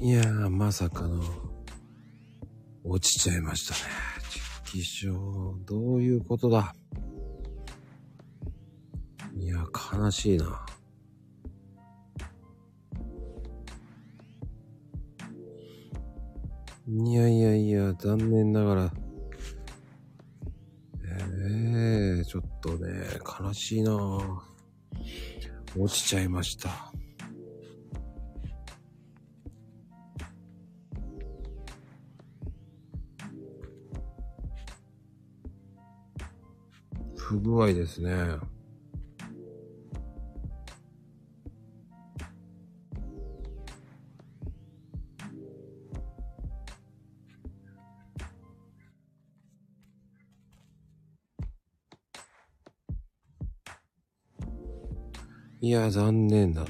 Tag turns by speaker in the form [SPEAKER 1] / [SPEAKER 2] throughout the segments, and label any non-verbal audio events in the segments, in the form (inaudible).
[SPEAKER 1] いやー、まさかの、落ちちゃいましたね。実機賞、どういうことだ。いや、悲しいな。いやいやいや、残念ながら、ええちょっとね、悲しいな落ちちゃいました。不具合ですね。いや、残念だな。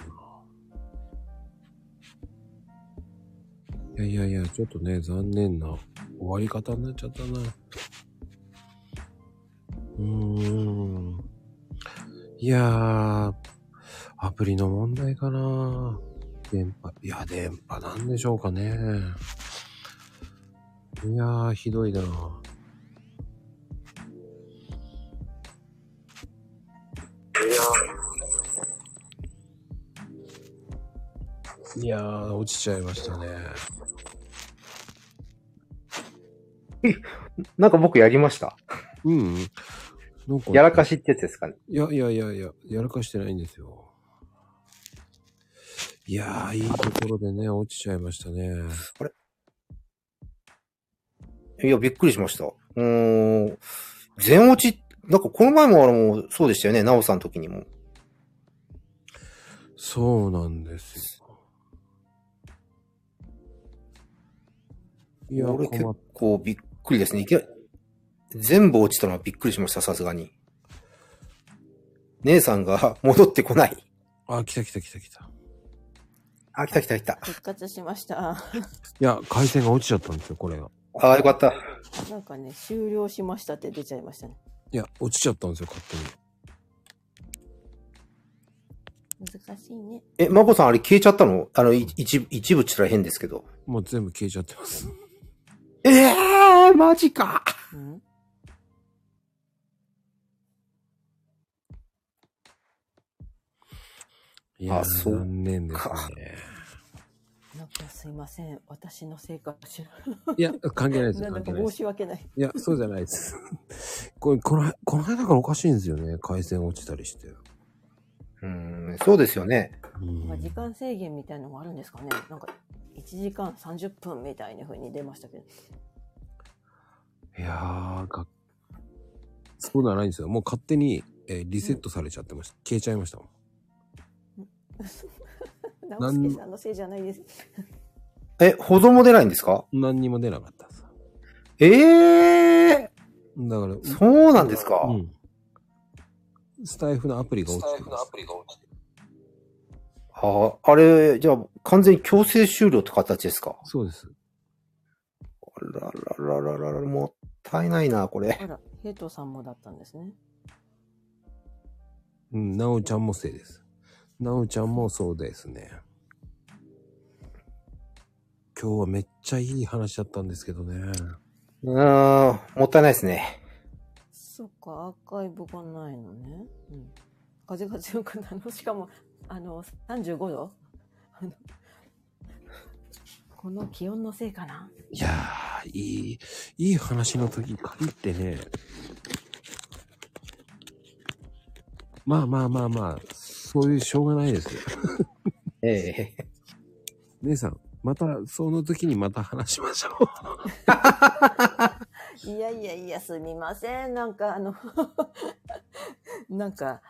[SPEAKER 1] いやいやいや、ちょっとね、残念な終わり方になっちゃったな。うーん。いやー、アプリの問題かな。電波、いや、電波なんでしょうかね。いやー、ひどいな。いやー、落ちちゃいましたね。
[SPEAKER 2] なんか僕やりました。
[SPEAKER 1] うん。なんか
[SPEAKER 2] やらかしってやつですかね。
[SPEAKER 1] いやいやいやいや、やらかしてないんですよ。いやー、いいところでね、落ちちゃいましたね。
[SPEAKER 2] いや、びっくりしました。うーん。全落ち、なんかこの前もあの、そうでしたよね。なおさんの時にも。
[SPEAKER 1] そうなんですよ。いや、
[SPEAKER 2] 俺結
[SPEAKER 1] 困っ
[SPEAKER 2] 構びっくりですね。いきなり全部落ちたのはびっくりしました、さすがに。姉さんが戻ってこない。
[SPEAKER 1] あ、来た来た来た来た。
[SPEAKER 2] あ、来た来た来た。
[SPEAKER 3] 復活しました。 (laughs)
[SPEAKER 1] いや、回線が落ちちゃったんですよ、これが。
[SPEAKER 2] ああ、よかった。
[SPEAKER 3] なんかね、終了しましたって出ちゃいましたね。
[SPEAKER 1] いや、落ちちゃったんですよ、勝手に。
[SPEAKER 3] 難しいね。
[SPEAKER 2] え、まこさんあれ消えちゃったのあの、い一部、一部って言ったら変ですけど。
[SPEAKER 1] もう全部消えちゃって
[SPEAKER 3] (laughs)
[SPEAKER 1] ます。
[SPEAKER 2] ええー、マジか。
[SPEAKER 3] うん
[SPEAKER 1] いやー、
[SPEAKER 2] そうか
[SPEAKER 1] 残念ですね。
[SPEAKER 3] なんかすいません。私のせいかもしれない
[SPEAKER 1] や、関係ないです
[SPEAKER 3] い。
[SPEAKER 1] よ、
[SPEAKER 3] な
[SPEAKER 1] 関係
[SPEAKER 3] んか
[SPEAKER 1] ないで
[SPEAKER 3] 申
[SPEAKER 1] す。
[SPEAKER 3] し訳ない。
[SPEAKER 1] いや、そうじゃない
[SPEAKER 3] (laughs)
[SPEAKER 1] です。これ、この、この間からおかしいんですよね、回線落ちたりして。
[SPEAKER 2] うーん、そうですよね。
[SPEAKER 1] うん
[SPEAKER 3] まあ時間制限みたいのもあるんですかね。なんか1時間30分みたいな風に出ましたけど。
[SPEAKER 1] いやー、がそうではないんですよ。もう勝手に、えーリセットされちゃってました。消えちゃいましたもん。
[SPEAKER 3] (laughs) 直輔さんのせいじゃないです。
[SPEAKER 2] え、保存も出ないんですか
[SPEAKER 1] 何にも出なかったです。
[SPEAKER 2] ええ
[SPEAKER 1] だから、
[SPEAKER 2] ー、そうなんですか。
[SPEAKER 1] うん。スタイフのアプリが落ちてる。
[SPEAKER 2] ああ、あれ、じゃあ、完全に強制終了って形ですか
[SPEAKER 1] そうです。
[SPEAKER 2] あらららららら、もったいないな、これ。
[SPEAKER 3] あら、ヘイトさんもだったんですね。
[SPEAKER 1] うん、なおちゃんもせいです。なおちゃんもそうですね。今日はめっちゃいい話だったんですけどね。
[SPEAKER 2] うーん、もったいないですね。
[SPEAKER 3] そっか、アーカイブがないのね。うん。風が強くなるの。しかも、あの、35度あのこの気温のせいかない
[SPEAKER 1] やー、いい、いい話の時限ってね。まあまあまあまあ、そういうしょうがないですよ。
[SPEAKER 2] ええ
[SPEAKER 1] 姉さん、また、その時にまた話しましょう。
[SPEAKER 3] いやいやいや、すみません。なんか、あの、なんか、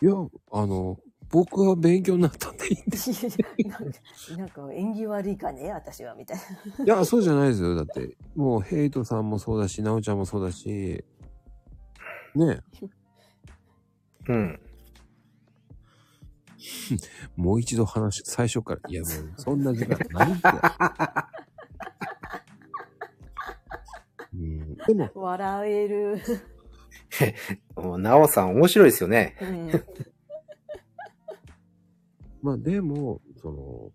[SPEAKER 1] いや、あの、僕は勉強になったんでいいんで
[SPEAKER 3] いやなんか、なんか縁起悪いかね、私は、みたいな。
[SPEAKER 1] いや、そうじゃないですよ。だって、もう、ヘイトさんもそうだし、ナオちゃんもそうだし、ね
[SPEAKER 2] う
[SPEAKER 1] え、
[SPEAKER 2] ん。
[SPEAKER 1] もう一度話、最初から、いや、もう、そんな時間ないんだよ。うん、でも、
[SPEAKER 3] 笑える。
[SPEAKER 2] もうなおさん、面白いですよね。
[SPEAKER 3] うん
[SPEAKER 1] まあでも、その、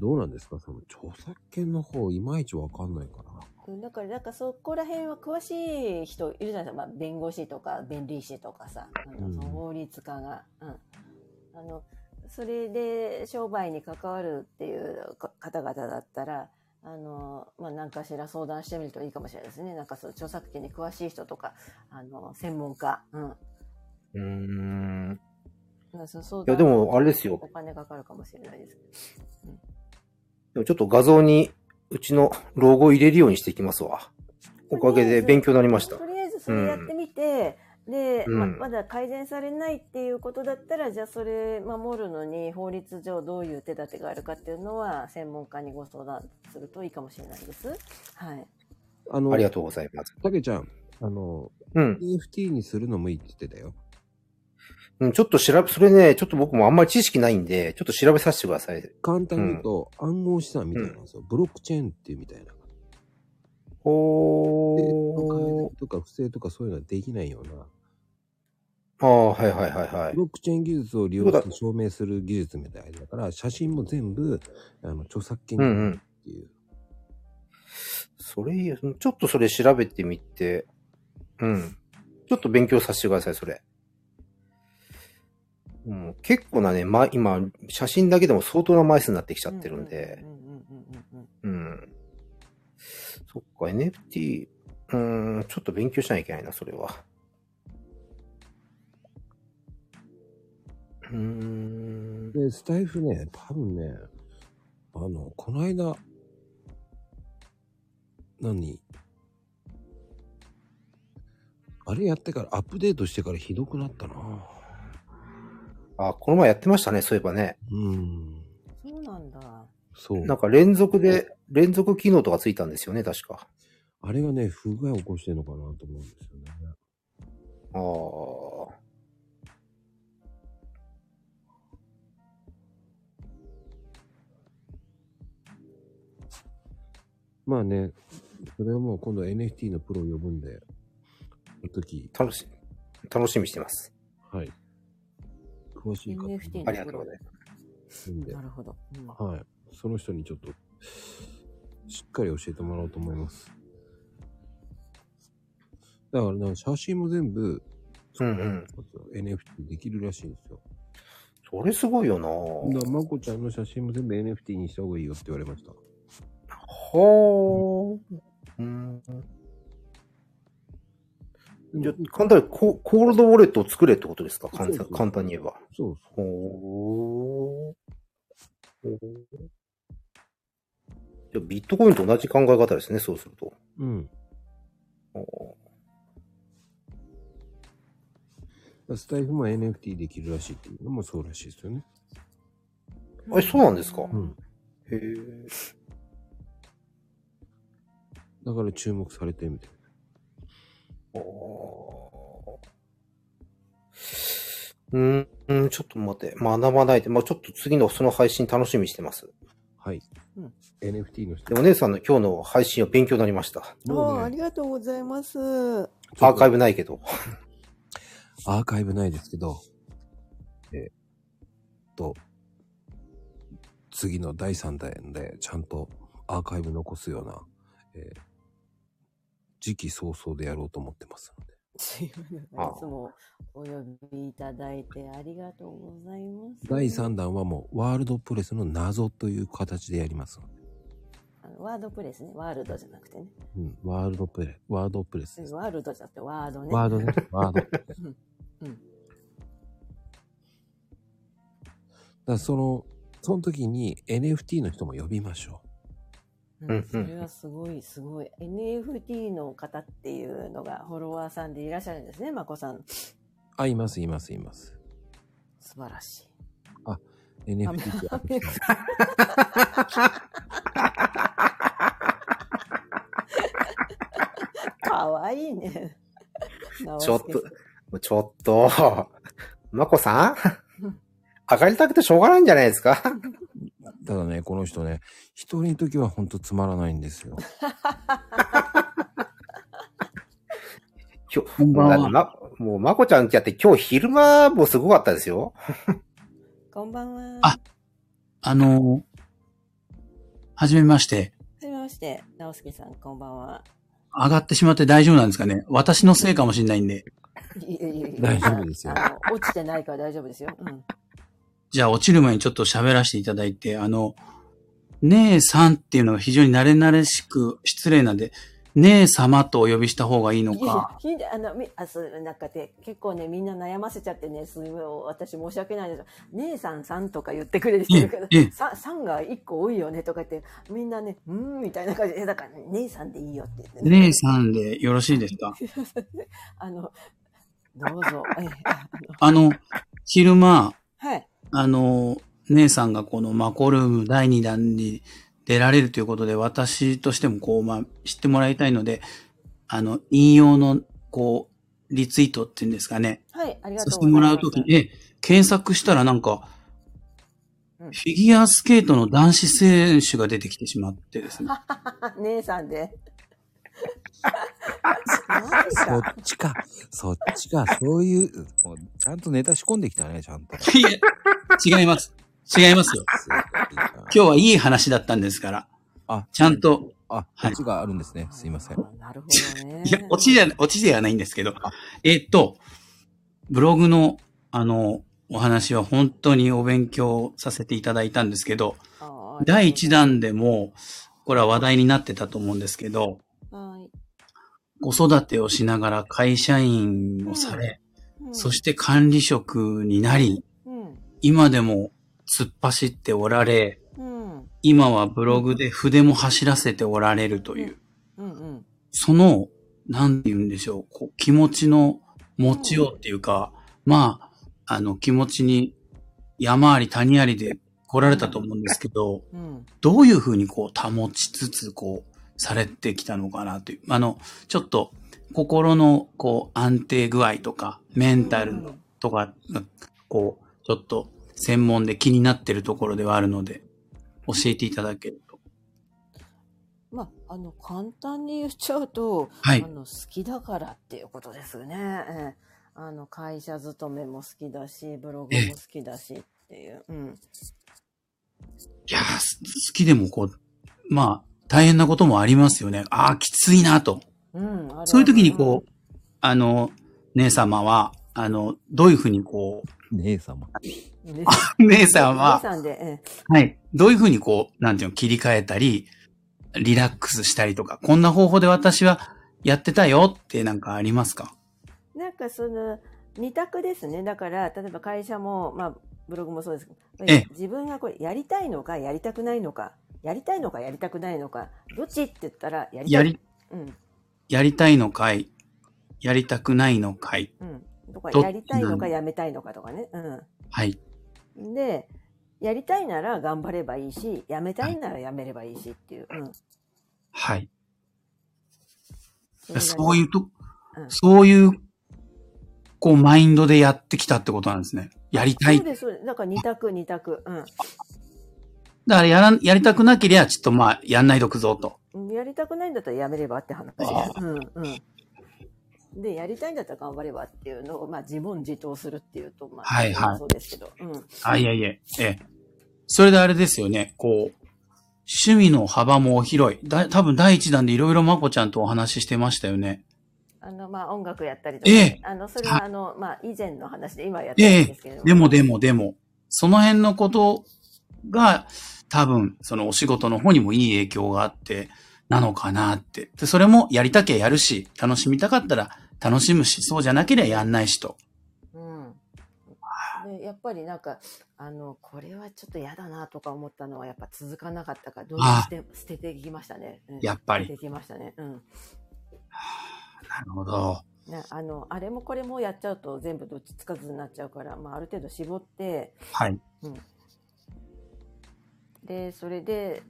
[SPEAKER 1] どうなんですかその著作権の方、いまいちわかんないからな。
[SPEAKER 3] うんだから、なんかそこら辺は詳しい人いるじゃないですか。まあ、弁護士とか、弁理士とかさ、あ
[SPEAKER 1] う
[SPEAKER 3] の
[SPEAKER 1] ん
[SPEAKER 3] その法律家が、うん。あの、それで商売に関わるっていうか方々だったら、あの、まあ、何かしら相談してみるといいかもしれないですね。なんかその著作権に詳しい人とか、あの、専門家、うん。
[SPEAKER 2] うーん。
[SPEAKER 3] なんかその相
[SPEAKER 2] い
[SPEAKER 3] 談
[SPEAKER 2] や、でも、あれですよ
[SPEAKER 3] お。金かかるかもしれないですけど。
[SPEAKER 2] でもちょっと画像に、うちのロゴを入れるようにしていきますわ。おかげで勉強になりました
[SPEAKER 3] と。りあえずそれやってみて、で、
[SPEAKER 2] うん
[SPEAKER 3] ままだ改善されないっていうことだったら、じゃあそれ守るのに法律上どういう手立てがあるかっていうのは、専門家にご相談するといいかもしれないです。はい。
[SPEAKER 1] あの、
[SPEAKER 2] ありがとうございます。
[SPEAKER 1] たけちゃん、あの、
[SPEAKER 2] うん。
[SPEAKER 1] NFT にするのもいいって言ってたよ。
[SPEAKER 2] うん、ちょっと調べ、それね、ちょっと僕もあんまり知識ないんで、ちょっと調べさせてください。
[SPEAKER 1] 簡単に言うと、暗号資産みたいなんですよ。ブロックチェーンっていうみたいな。で変え
[SPEAKER 2] お
[SPEAKER 1] たりとか不正とかそういうのはできないような、
[SPEAKER 2] ああ、はいはいはいはい
[SPEAKER 1] ブ。ロックチェーン技術を利用して証明する技術みたいだから、写真も全部、あの、著作権
[SPEAKER 2] う
[SPEAKER 1] に
[SPEAKER 2] んうん。
[SPEAKER 1] っていう。
[SPEAKER 2] それいいよちょっとそれ調べてみて、うん。ちょっと勉強させてください、それ。うん、結構なね、ま、今、写真だけでも相当な枚数になってきちゃってるんで
[SPEAKER 3] う、んうんうんうんうんう
[SPEAKER 2] う
[SPEAKER 3] ん
[SPEAKER 2] ん。そっか、NFT、うん、ちょっと勉強しなきゃいけないな、それは。うーん。
[SPEAKER 1] で、スタイフね、多分ね、あの、この間、何あれやってから、アップデートしてからひどくなったな
[SPEAKER 2] あ、この前やってましたね、そういえばね。
[SPEAKER 1] うん。
[SPEAKER 3] うん。そうなんだ。
[SPEAKER 1] そう。
[SPEAKER 2] なんか連続で、連続機能とかついたんですよね、確か。
[SPEAKER 1] あれがね、不具合起こしてるのかなと思うんですよね。
[SPEAKER 2] ああ。
[SPEAKER 1] まあね、それはもう今度 NFT のプロを呼ぶんで、その時、
[SPEAKER 2] 楽し、楽しみにしてます。
[SPEAKER 1] はい。詳しい方
[SPEAKER 3] NFT
[SPEAKER 2] ありがとうございます。
[SPEAKER 1] いるんで
[SPEAKER 3] な、るほど。うん
[SPEAKER 1] はい。その人にちょっと、しっかり教えてもらおうと思います。だからね、写真も全部、
[SPEAKER 2] うんうん。
[SPEAKER 1] NFT できるらしいんですよ。
[SPEAKER 2] それすごいよな
[SPEAKER 1] だから、まこちゃんの写真も全部 NFT にした方がいいよって言われました。
[SPEAKER 2] ほー。うん。じゃ、簡単にコ、コールドウォレットを作れってことですか簡
[SPEAKER 1] そう
[SPEAKER 2] 単
[SPEAKER 1] そう
[SPEAKER 2] 簡単に言えば。
[SPEAKER 1] そうそ
[SPEAKER 2] ほー。じゃあビットコインと同じ考え方ですね、そうすると。
[SPEAKER 1] う。うん。
[SPEAKER 2] ほ
[SPEAKER 1] スタイフも NFT できるらしいっていうのもそうらしいですよね。
[SPEAKER 2] ーえ、そうなんですか
[SPEAKER 1] うん。
[SPEAKER 2] へー。
[SPEAKER 1] だから注目されてるみたい
[SPEAKER 2] おーうーん、ちょっと待って。学ばないで。まあちょっと次のその配信楽しみにしてます。
[SPEAKER 1] な。はい。
[SPEAKER 3] うん
[SPEAKER 1] NFT の人
[SPEAKER 2] で、お姉さんの今日の配信は勉強になりました。
[SPEAKER 1] も
[SPEAKER 3] あーあ
[SPEAKER 1] うね、
[SPEAKER 3] りがとうございます。うん
[SPEAKER 1] ちょっと
[SPEAKER 2] アーカイブないけど。
[SPEAKER 1] アーカイブないですけど、えっと、次の第3弾でちゃんとアーカイブ残すような、えー時期早々でやろうと思ってますので。
[SPEAKER 3] いつもお呼びいただいてありがとうございます。
[SPEAKER 1] 第3弾はもうワールドプレスの謎という形でやりますので。
[SPEAKER 3] あのワードプレスね。ワールドじゃなくてね。
[SPEAKER 1] うん、ワールドプレ、ワードプレスです。
[SPEAKER 3] ワールドじゃなくてワードね。
[SPEAKER 1] ワードね、ワード。 (laughs)
[SPEAKER 3] うん
[SPEAKER 1] だからその、その時に NFT の人も呼びましょ
[SPEAKER 3] う
[SPEAKER 2] うんん、
[SPEAKER 3] それはすごい、すごい。NFT の方っていうのがフォロワーさんでいらっしゃるんですね、まこさん。
[SPEAKER 1] う。あ、います、います、います。
[SPEAKER 3] 素晴ら
[SPEAKER 1] (laughs)
[SPEAKER 3] しい。あ
[SPEAKER 1] NFT ってあ
[SPEAKER 3] かわいいね。
[SPEAKER 2] ちょっと、ちょっと、 (laughs) まこさん上がりたくてしょうがないんじゃないですか
[SPEAKER 1] ただね、この人ね、一人の時はほんとつまらないんですよ。
[SPEAKER 2] 今日、
[SPEAKER 1] こんばんは
[SPEAKER 2] だってまもうまこちゃん来ちゃって今日昼間もすごかったですよ。
[SPEAKER 3] かこんばんは。
[SPEAKER 4] ああの、はじめまして。
[SPEAKER 3] はじめまして、直輔さん、こんばんは。
[SPEAKER 4] 上がってしまって大丈夫なんですかね私のせいかもしれないんで。
[SPEAKER 3] いえいえいえ
[SPEAKER 1] 大丈夫ですよ
[SPEAKER 3] あの落ちてないから大丈夫ですよ。うん。
[SPEAKER 4] じゃあ落ちる前にちょっと喋らせていただいて、あの、姉さんっていうのが非常に慣れ慣れしく失礼なんで、姉様とお呼びした方がいいの
[SPEAKER 3] いやいや
[SPEAKER 4] か。
[SPEAKER 3] ひであのみあそうなんかで結構ねみんな悩ませちゃってねすごい私申し訳ないです姉さんさんとか言ってくれる人いるから
[SPEAKER 4] ええ
[SPEAKER 3] ささんが一個多いよねとか言ってみんなねうーんみたいな感じでえだから、ね、姉さんでいいよって言って、ね、
[SPEAKER 4] 姉さんでよろしいですか
[SPEAKER 3] あのどう
[SPEAKER 4] (laughs)
[SPEAKER 3] ぞええあの
[SPEAKER 4] あの、昼間、
[SPEAKER 3] はい
[SPEAKER 4] あの、姉さんがこのマコルーム第2弾に出られるということで、私としてもこう、まあ、知ってもらいたいので、あの、引用の、こう、リツイートっていうんですかね。
[SPEAKER 3] はいありが
[SPEAKER 4] さ
[SPEAKER 3] とう
[SPEAKER 4] せて
[SPEAKER 3] ございます
[SPEAKER 4] もらうときに、え、検索したらなんか、
[SPEAKER 3] う
[SPEAKER 4] フ
[SPEAKER 3] ん
[SPEAKER 4] ィギュアスケートの男子選手が出てきてしまってで
[SPEAKER 3] (laughs)
[SPEAKER 4] すね。
[SPEAKER 3] 姉さん
[SPEAKER 4] (laughs)
[SPEAKER 3] でマジ
[SPEAKER 1] そっ
[SPEAKER 3] か
[SPEAKER 1] ちか。そっちか。そういう、もうちゃんとネタ仕込んできたね、ちゃんと。
[SPEAKER 4] いや、違います。違いますよ。
[SPEAKER 1] すごいな
[SPEAKER 4] 今日はいい話だったんですから。
[SPEAKER 1] あ
[SPEAKER 4] ちゃんと、
[SPEAKER 1] あ、
[SPEAKER 4] は
[SPEAKER 1] こ
[SPEAKER 4] い
[SPEAKER 1] っちがあるんですね。すいません。
[SPEAKER 3] あなるほどね
[SPEAKER 4] いや、落ちじゃ、落ちではないんですけど、えーっと、ブログの、あの、お話は本当にお勉強させていただいたんですけど、
[SPEAKER 3] ああ
[SPEAKER 4] 第1弾でも、これは話題になってたと思うんですけど、
[SPEAKER 3] はい、
[SPEAKER 4] 子育てをしながら会社員をされ、
[SPEAKER 3] うん、
[SPEAKER 4] そ
[SPEAKER 3] し
[SPEAKER 4] して管理職になり、
[SPEAKER 3] うん
[SPEAKER 4] 今でも突っ走っておられ、
[SPEAKER 3] うん
[SPEAKER 4] 今はブログで筆も走らせておられるという、
[SPEAKER 3] うんうん
[SPEAKER 4] その、なんて言うんでしょう、こう気持ちの持ちようっていうか、まあ、あの、気持ちに山あり谷ありで来られたと思うんですけど、
[SPEAKER 3] うん
[SPEAKER 4] どういうふうにこう保ちつつ、こう、されてきたのかなという、あの、ちょっと、心の、こう、安定具合とか、メンタルのとか、こう、ちょっと、専門で気になってるところではあるので、教えていただけると。
[SPEAKER 3] まあ、あの、簡単に言っちゃうと、
[SPEAKER 4] はい
[SPEAKER 3] あ。の、好きだからっていうことですよね。ええあの、会社勤めも好きだし、ブログも好きだしっていう。うん。
[SPEAKER 4] いやー、す好きでもこう、まあ、大変なこともありますよね。ああ、きついなと。
[SPEAKER 3] うん。あれ
[SPEAKER 4] そういう時にこう、あの、姉様は、あの、どういうふうにこ
[SPEAKER 1] 姉様。
[SPEAKER 3] うん、姉
[SPEAKER 4] う、 (laughs) 姉
[SPEAKER 3] さ
[SPEAKER 4] 様
[SPEAKER 3] んは。姉
[SPEAKER 4] は、
[SPEAKER 3] さんで、ええ
[SPEAKER 4] はい、どういうふうにこう、なんていうの、切り替えたり、リラックスしたりとか、こんな方法で私はやってたよってなんかありますか
[SPEAKER 3] なんかその、二択ですね。だから、例えば会社も、まあ、ブログもそうですけど、
[SPEAKER 4] ええ
[SPEAKER 3] 自分がこれ、やりたいのか、やりたくないのか、やりたいのか、やりたくないのか、どっちって言ったら、やりたい。
[SPEAKER 4] やり、
[SPEAKER 3] うん。
[SPEAKER 4] やりたいのかいやりたくないのかい
[SPEAKER 3] うん。とか、
[SPEAKER 4] ど
[SPEAKER 3] やりたいの
[SPEAKER 4] う
[SPEAKER 3] か、
[SPEAKER 4] ん
[SPEAKER 3] やめたいのかとかね。うん。
[SPEAKER 4] はい。
[SPEAKER 3] で、やりたいなら頑張ればいいし、やめたいならやめればいいしっていう。うん。
[SPEAKER 4] はい。
[SPEAKER 3] それがね
[SPEAKER 4] そういうと、
[SPEAKER 3] うん
[SPEAKER 4] そういう、こう、マインドでやってきたってことなんですね。やりたい。
[SPEAKER 3] そう
[SPEAKER 4] だか
[SPEAKER 3] です、そうです。なんか二択、二択。
[SPEAKER 4] ら、やらん、やりたくなけりゃ、ちょっとまあ、やんないどくぞと。
[SPEAKER 3] うん。やりたくないんだったらやめればって話
[SPEAKER 4] あ。
[SPEAKER 3] うんうん。で、やりたいんだったら頑張ればっていうのを、まあ、自問自答するっていうと、まあ、
[SPEAKER 4] はいはい
[SPEAKER 3] そうですけど。うん。
[SPEAKER 4] あ、いやいや、ええ。それであれですよね、こう、趣味の幅も広い。だ、多分第一弾でいろいろまこちゃんとお話ししてましたよね。
[SPEAKER 3] あの、まあ、音楽やったりとか、
[SPEAKER 4] ええ
[SPEAKER 3] あの、それ
[SPEAKER 4] は
[SPEAKER 3] は、あの、まあ、以前の話で今やって
[SPEAKER 4] え
[SPEAKER 3] るん
[SPEAKER 4] え
[SPEAKER 3] ですけれども。
[SPEAKER 4] でもでもでも、その辺のことが、多分、そのお仕事の方にもいい影響があって、なのかなって。で、それもやりたきゃやるし、楽しみたかったら楽しむし、そうじゃなければやんないしと。
[SPEAKER 3] うん、でやっぱりなんかあのこれはちょっと嫌だなとか思ったのはやっぱ続かなかったからどうにか
[SPEAKER 4] あ
[SPEAKER 3] 捨て捨てていきましたね。うん
[SPEAKER 4] やっぱり
[SPEAKER 3] 捨てていきましたね。うん。
[SPEAKER 4] なるほど。
[SPEAKER 3] ねあのあれもこれもやっちゃうと全部どっちつかずになっちゃうから、まあ、ある程度絞って
[SPEAKER 4] はい。
[SPEAKER 3] でそれで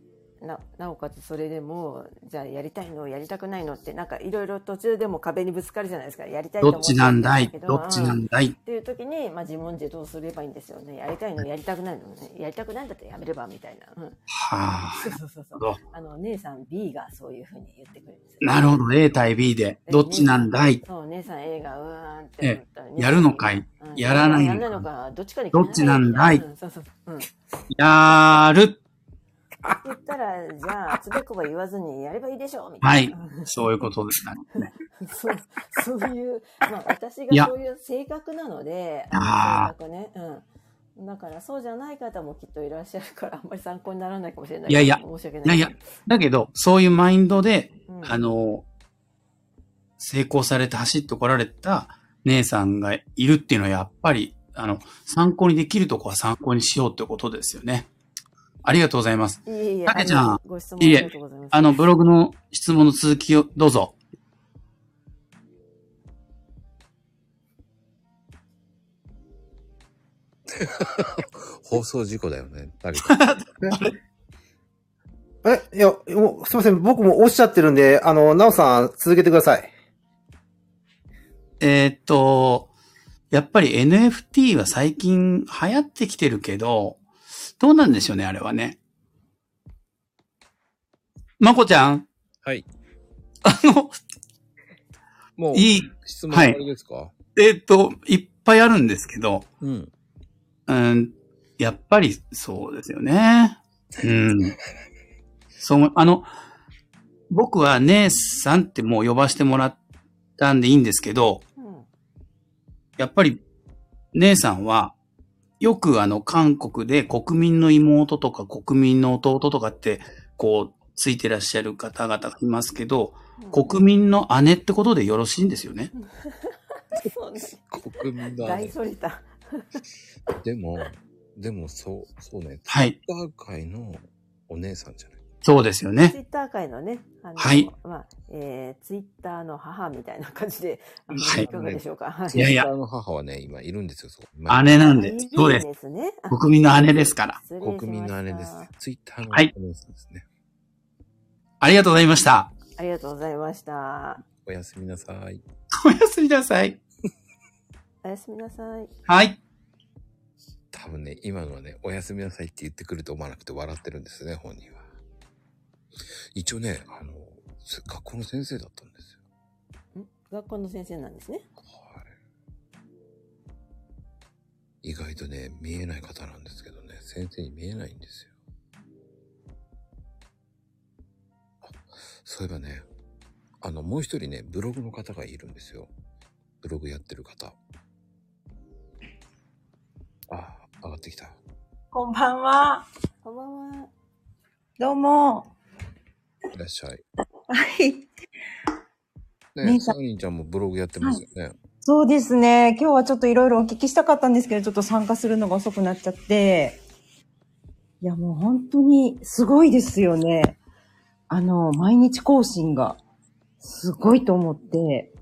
[SPEAKER 3] ななおかつそれでもじゃあやりたいのやりたくないのってなんかいろいろ途中でも壁にぶつかるじゃないですかやりたいと思
[SPEAKER 4] どっちなんだい
[SPEAKER 3] てたけ
[SPEAKER 4] どっちな
[SPEAKER 3] うん
[SPEAKER 4] んだい
[SPEAKER 3] っていう時に、まあ、自問自答すればいいんですよねやりたいのやりたくないの、ね、やりたくないんだったらやめればみたいな、うん、
[SPEAKER 4] はあ。
[SPEAKER 3] そうそうそう
[SPEAKER 4] (laughs)
[SPEAKER 3] そう
[SPEAKER 4] なるほど
[SPEAKER 3] あの姉さん B がそういうふうに言ってくれるんですよ
[SPEAKER 4] なるほど。A 対 B で、どっちなんだい
[SPEAKER 3] そう、姉さん A がうわーんって思ったら、
[SPEAKER 4] やるのかい
[SPEAKER 3] うん
[SPEAKER 4] やらないの
[SPEAKER 3] や
[SPEAKER 4] から
[SPEAKER 3] ないのか、どっちかに
[SPEAKER 4] どっちなんだい
[SPEAKER 3] うんそうそう。うん。って
[SPEAKER 4] やる
[SPEAKER 3] 言ったら、じゃあ、つべこば言わずにやればいいでしょうみ
[SPEAKER 4] は
[SPEAKER 3] たい
[SPEAKER 4] い
[SPEAKER 3] な。。
[SPEAKER 4] そういうことですね。
[SPEAKER 3] そう、そういう、まあ私
[SPEAKER 4] いや
[SPEAKER 3] がそういう性格なので、
[SPEAKER 4] あ
[SPEAKER 3] の性格ね。うん。だから、そうじゃない方もきっといらっしゃるから、あんまり参考にならないかもしれないけど。
[SPEAKER 4] いやいや
[SPEAKER 3] 申し訳
[SPEAKER 4] い
[SPEAKER 3] な
[SPEAKER 4] や
[SPEAKER 3] い。
[SPEAKER 4] いや、だけど、そういうマインドで、
[SPEAKER 3] うん、
[SPEAKER 4] あの、成功されて走ってこられた姉さんがいるっていうのはやっぱり、あの、参考にできるとこは参考にしようってことですよね。ありがとうございます。
[SPEAKER 3] いえいえ、
[SPEAKER 4] たけちゃん
[SPEAKER 3] あのご質問ありがとうございます。
[SPEAKER 4] あの、ブログの質問の続きをどうぞ。
[SPEAKER 1] 放送事故だよね。誰 (laughs) か。
[SPEAKER 2] え、いや、もうすいません。僕もおっしゃってるんで、あの、なおさん、続けてください。
[SPEAKER 4] えーっと、やっぱり NFT は最近流行ってきてるけど、どうなんでしょうね、あれはね。まこちゃん
[SPEAKER 1] はい。
[SPEAKER 4] あの、
[SPEAKER 1] もう、
[SPEAKER 4] いい、
[SPEAKER 1] 質問あれですか、
[SPEAKER 4] えーっと、いっぱいあるんですけど、
[SPEAKER 1] うん。
[SPEAKER 4] うん、やっぱりそうですよね。うん。そう、あの、僕は姉さんってもう呼ばせてもらったんでいいんですけど、
[SPEAKER 3] うん
[SPEAKER 4] やっぱり、姉さんは、よくあの、韓国で国民の妹とか国民の弟とかって、こう、ついてらっしゃる方々がいますけど、
[SPEAKER 3] うん
[SPEAKER 4] 国民の姉ってことでよろしいんですよね。
[SPEAKER 3] そうね
[SPEAKER 1] 国民だ
[SPEAKER 3] 大
[SPEAKER 1] ね。
[SPEAKER 3] それた。
[SPEAKER 1] でも、でも、そう、そうね。ツ
[SPEAKER 4] はい。
[SPEAKER 1] イッター界のお姉さんじゃない。
[SPEAKER 4] そうですよ
[SPEAKER 3] ツ
[SPEAKER 4] ね。
[SPEAKER 3] イッター界のね、あの
[SPEAKER 4] はい
[SPEAKER 3] まあえーツイッターの母みたいな感じで、あの
[SPEAKER 4] はい
[SPEAKER 3] いかがでしょうか。はい
[SPEAKER 4] やいや
[SPEAKER 1] ツイッターの母はね、今いるんですよ、そう。
[SPEAKER 4] 姉なんで
[SPEAKER 3] いい、
[SPEAKER 4] そうです。
[SPEAKER 3] すね。あ
[SPEAKER 4] 国民の姉ですから。
[SPEAKER 3] 失礼しました
[SPEAKER 1] 国民の姉ですね。ツイッターの
[SPEAKER 4] はい
[SPEAKER 1] お姉さんですね。
[SPEAKER 4] ありがとうございました。
[SPEAKER 3] ありがとうございました。
[SPEAKER 1] おやすみなさい。
[SPEAKER 4] おやすみなさい。
[SPEAKER 3] おやすみなさい。
[SPEAKER 4] はい。
[SPEAKER 1] 多分ね、今のはね、おやすみなさいって言ってくると思わなくて笑ってるんですね、本人は。一応ね、あの、す学校の先生だったんですよ。
[SPEAKER 3] ん学校の先生なんですね。
[SPEAKER 1] 意外とね、見えない方なんですけどね、先生に見えないんですよ。あそういえばね、あの、もう一人ね、ブログの方がいるんですよ。ブログやってる方。あ、上がってきた。
[SPEAKER 5] こんばんは。
[SPEAKER 3] こんばんは。
[SPEAKER 5] どうも。
[SPEAKER 1] いらっしゃい。
[SPEAKER 5] はい。
[SPEAKER 1] ね
[SPEAKER 5] 姉
[SPEAKER 1] サ
[SPEAKER 5] さん
[SPEAKER 1] ーリンちゃんもブログやってますよね。
[SPEAKER 5] そうですね。今日はちょっといろいろお聞きしたかったんですけど、ちょっと参加するのが遅くなっちゃって。いや、もう本当にすごいですよね。あの、毎日更新がすごいと思って。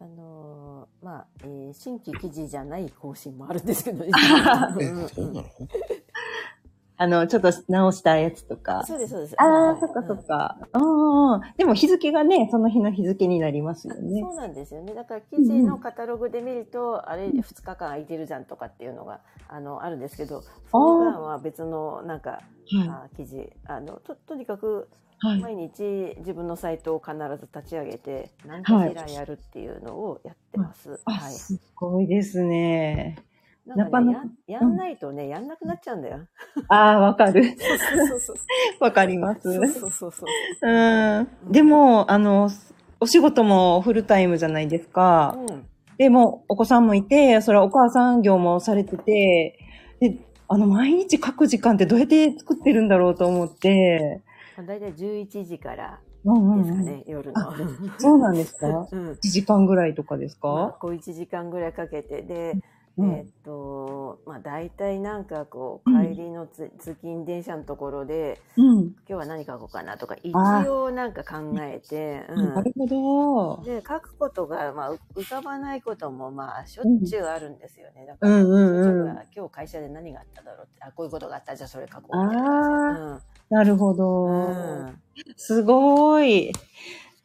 [SPEAKER 3] あのーまあ、えー新規記事じゃない更新もあるんですけ (laughs) どね。
[SPEAKER 1] え、
[SPEAKER 3] うんうん
[SPEAKER 1] そうなの
[SPEAKER 5] あの、ちょっと直したやつとか。
[SPEAKER 3] そうです、そうです。
[SPEAKER 5] あ
[SPEAKER 3] は
[SPEAKER 5] あ、
[SPEAKER 3] い
[SPEAKER 5] そっかそ
[SPEAKER 3] うん
[SPEAKER 5] っか。うんうん。でも日付がね、その日の日付になりますよね
[SPEAKER 3] そ。うなんですよね。だから記事のカタログで見ると、あれ2日間空いてるじゃんとかっていうのがあのあるんですけど、その間は別のなんか、
[SPEAKER 5] は
[SPEAKER 3] あ記事あのと、とにかく
[SPEAKER 5] い。はい。
[SPEAKER 3] 毎日自分のサイトを必ず立ち上げて、何かしらやるっていうのをやってます。はい。
[SPEAKER 5] あ、すごいですね。
[SPEAKER 3] なんか
[SPEAKER 5] な
[SPEAKER 3] ね、
[SPEAKER 5] かな
[SPEAKER 3] や
[SPEAKER 5] か
[SPEAKER 3] やんないとね、やんなくなっちゃうんだよ。
[SPEAKER 5] ああ、わかる。
[SPEAKER 3] そうそうそう。
[SPEAKER 5] わかります。
[SPEAKER 3] そうそうそうそう。
[SPEAKER 5] うん。でも、あの、お仕事もフルタイムじゃないですか。
[SPEAKER 3] うん。
[SPEAKER 5] でも、お子さんもいて、それはお母さん業もされてて、で、あの、毎日書く時間ってどうやって作ってるんだろうと思って。
[SPEAKER 3] まあ、大体11時から
[SPEAKER 5] う
[SPEAKER 3] で
[SPEAKER 5] ん
[SPEAKER 3] す
[SPEAKER 5] う
[SPEAKER 3] か
[SPEAKER 5] ん、
[SPEAKER 3] ね、夜の。
[SPEAKER 5] そうなんです
[SPEAKER 3] (laughs)
[SPEAKER 5] か
[SPEAKER 3] うん。
[SPEAKER 5] ?1 時間ぐらいとかです
[SPEAKER 3] まあ
[SPEAKER 5] か、
[SPEAKER 3] こう1時間ぐらいかけてで、
[SPEAKER 5] うん
[SPEAKER 3] えーっとまあ大体なんかこう
[SPEAKER 5] うん
[SPEAKER 3] 帰りのつ、通勤電車のところで
[SPEAKER 5] うん。
[SPEAKER 3] 今日は何書こうかなとか一
[SPEAKER 5] あー
[SPEAKER 3] 応なんか考えて、う
[SPEAKER 5] なんるほど。
[SPEAKER 3] で書くことが、まあ、う浮かばないこともまあしょっちゅうあるんですよね。だか
[SPEAKER 5] う
[SPEAKER 3] ら
[SPEAKER 5] んうんうん
[SPEAKER 3] 例えば今日会社で何があっただろうってあこういうことがあったじゃあそれ書こうみたいな
[SPEAKER 5] ああ、
[SPEAKER 3] うん
[SPEAKER 5] なるほど。すごい。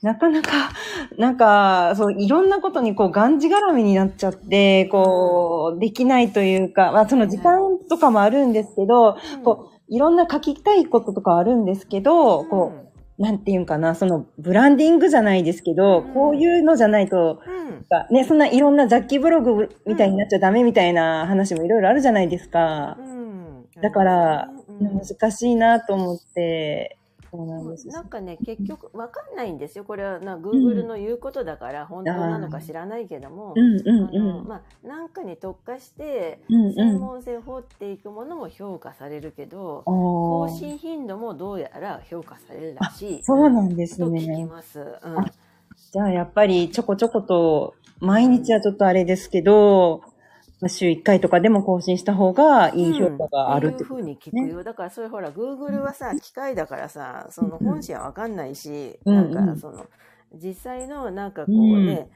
[SPEAKER 5] なかなか、なんか、そう、いろんなことに、こう、がんじがらめになっちゃって、こう、できないというか、まあ、その時間とかもあるんですけど、こう、いろんな書きたいこととかあるんですけど、こう、なんていうんかな、その、ブランディングじゃないですけど、こういうのじゃないと、
[SPEAKER 3] うん。
[SPEAKER 5] なんかね、そんないろんな雑記ブログみたいになっちゃダメみたいな話もいろいろあるじゃないですか。
[SPEAKER 3] うん。
[SPEAKER 5] だから
[SPEAKER 3] うん、うん
[SPEAKER 5] 難しいなと思って、そうなんです。
[SPEAKER 3] なんかね、結局、わかんないんですよ。これは、な、Google の言うことだから、本当なのか知らないけども
[SPEAKER 5] う、んう
[SPEAKER 3] あ
[SPEAKER 5] んう
[SPEAKER 3] の、
[SPEAKER 5] ん。
[SPEAKER 3] まあ、なんかに特化して、
[SPEAKER 5] うん
[SPEAKER 3] 専
[SPEAKER 5] うん。
[SPEAKER 3] 門性を掘っていくものも評価されるけど、
[SPEAKER 5] お
[SPEAKER 3] 更
[SPEAKER 5] ー
[SPEAKER 3] 新頻度もどうやら評価されるらしい。
[SPEAKER 5] そうなんです
[SPEAKER 3] と聞き
[SPEAKER 5] ね。
[SPEAKER 3] ます。うん。
[SPEAKER 5] じゃあやっぱりちょこちょこと、毎日はちょっとあれですけど、まあ週1回とかでも更新した方がいい評価がある
[SPEAKER 3] っ
[SPEAKER 5] ってて
[SPEAKER 3] いうふ
[SPEAKER 5] こ
[SPEAKER 3] う
[SPEAKER 5] と
[SPEAKER 3] に聞くよ。だから、それほら、Google はさ、機械だからさ、その本心はわかんないし、
[SPEAKER 5] うんうん
[SPEAKER 3] なんか、その、実際の、なんかこうね、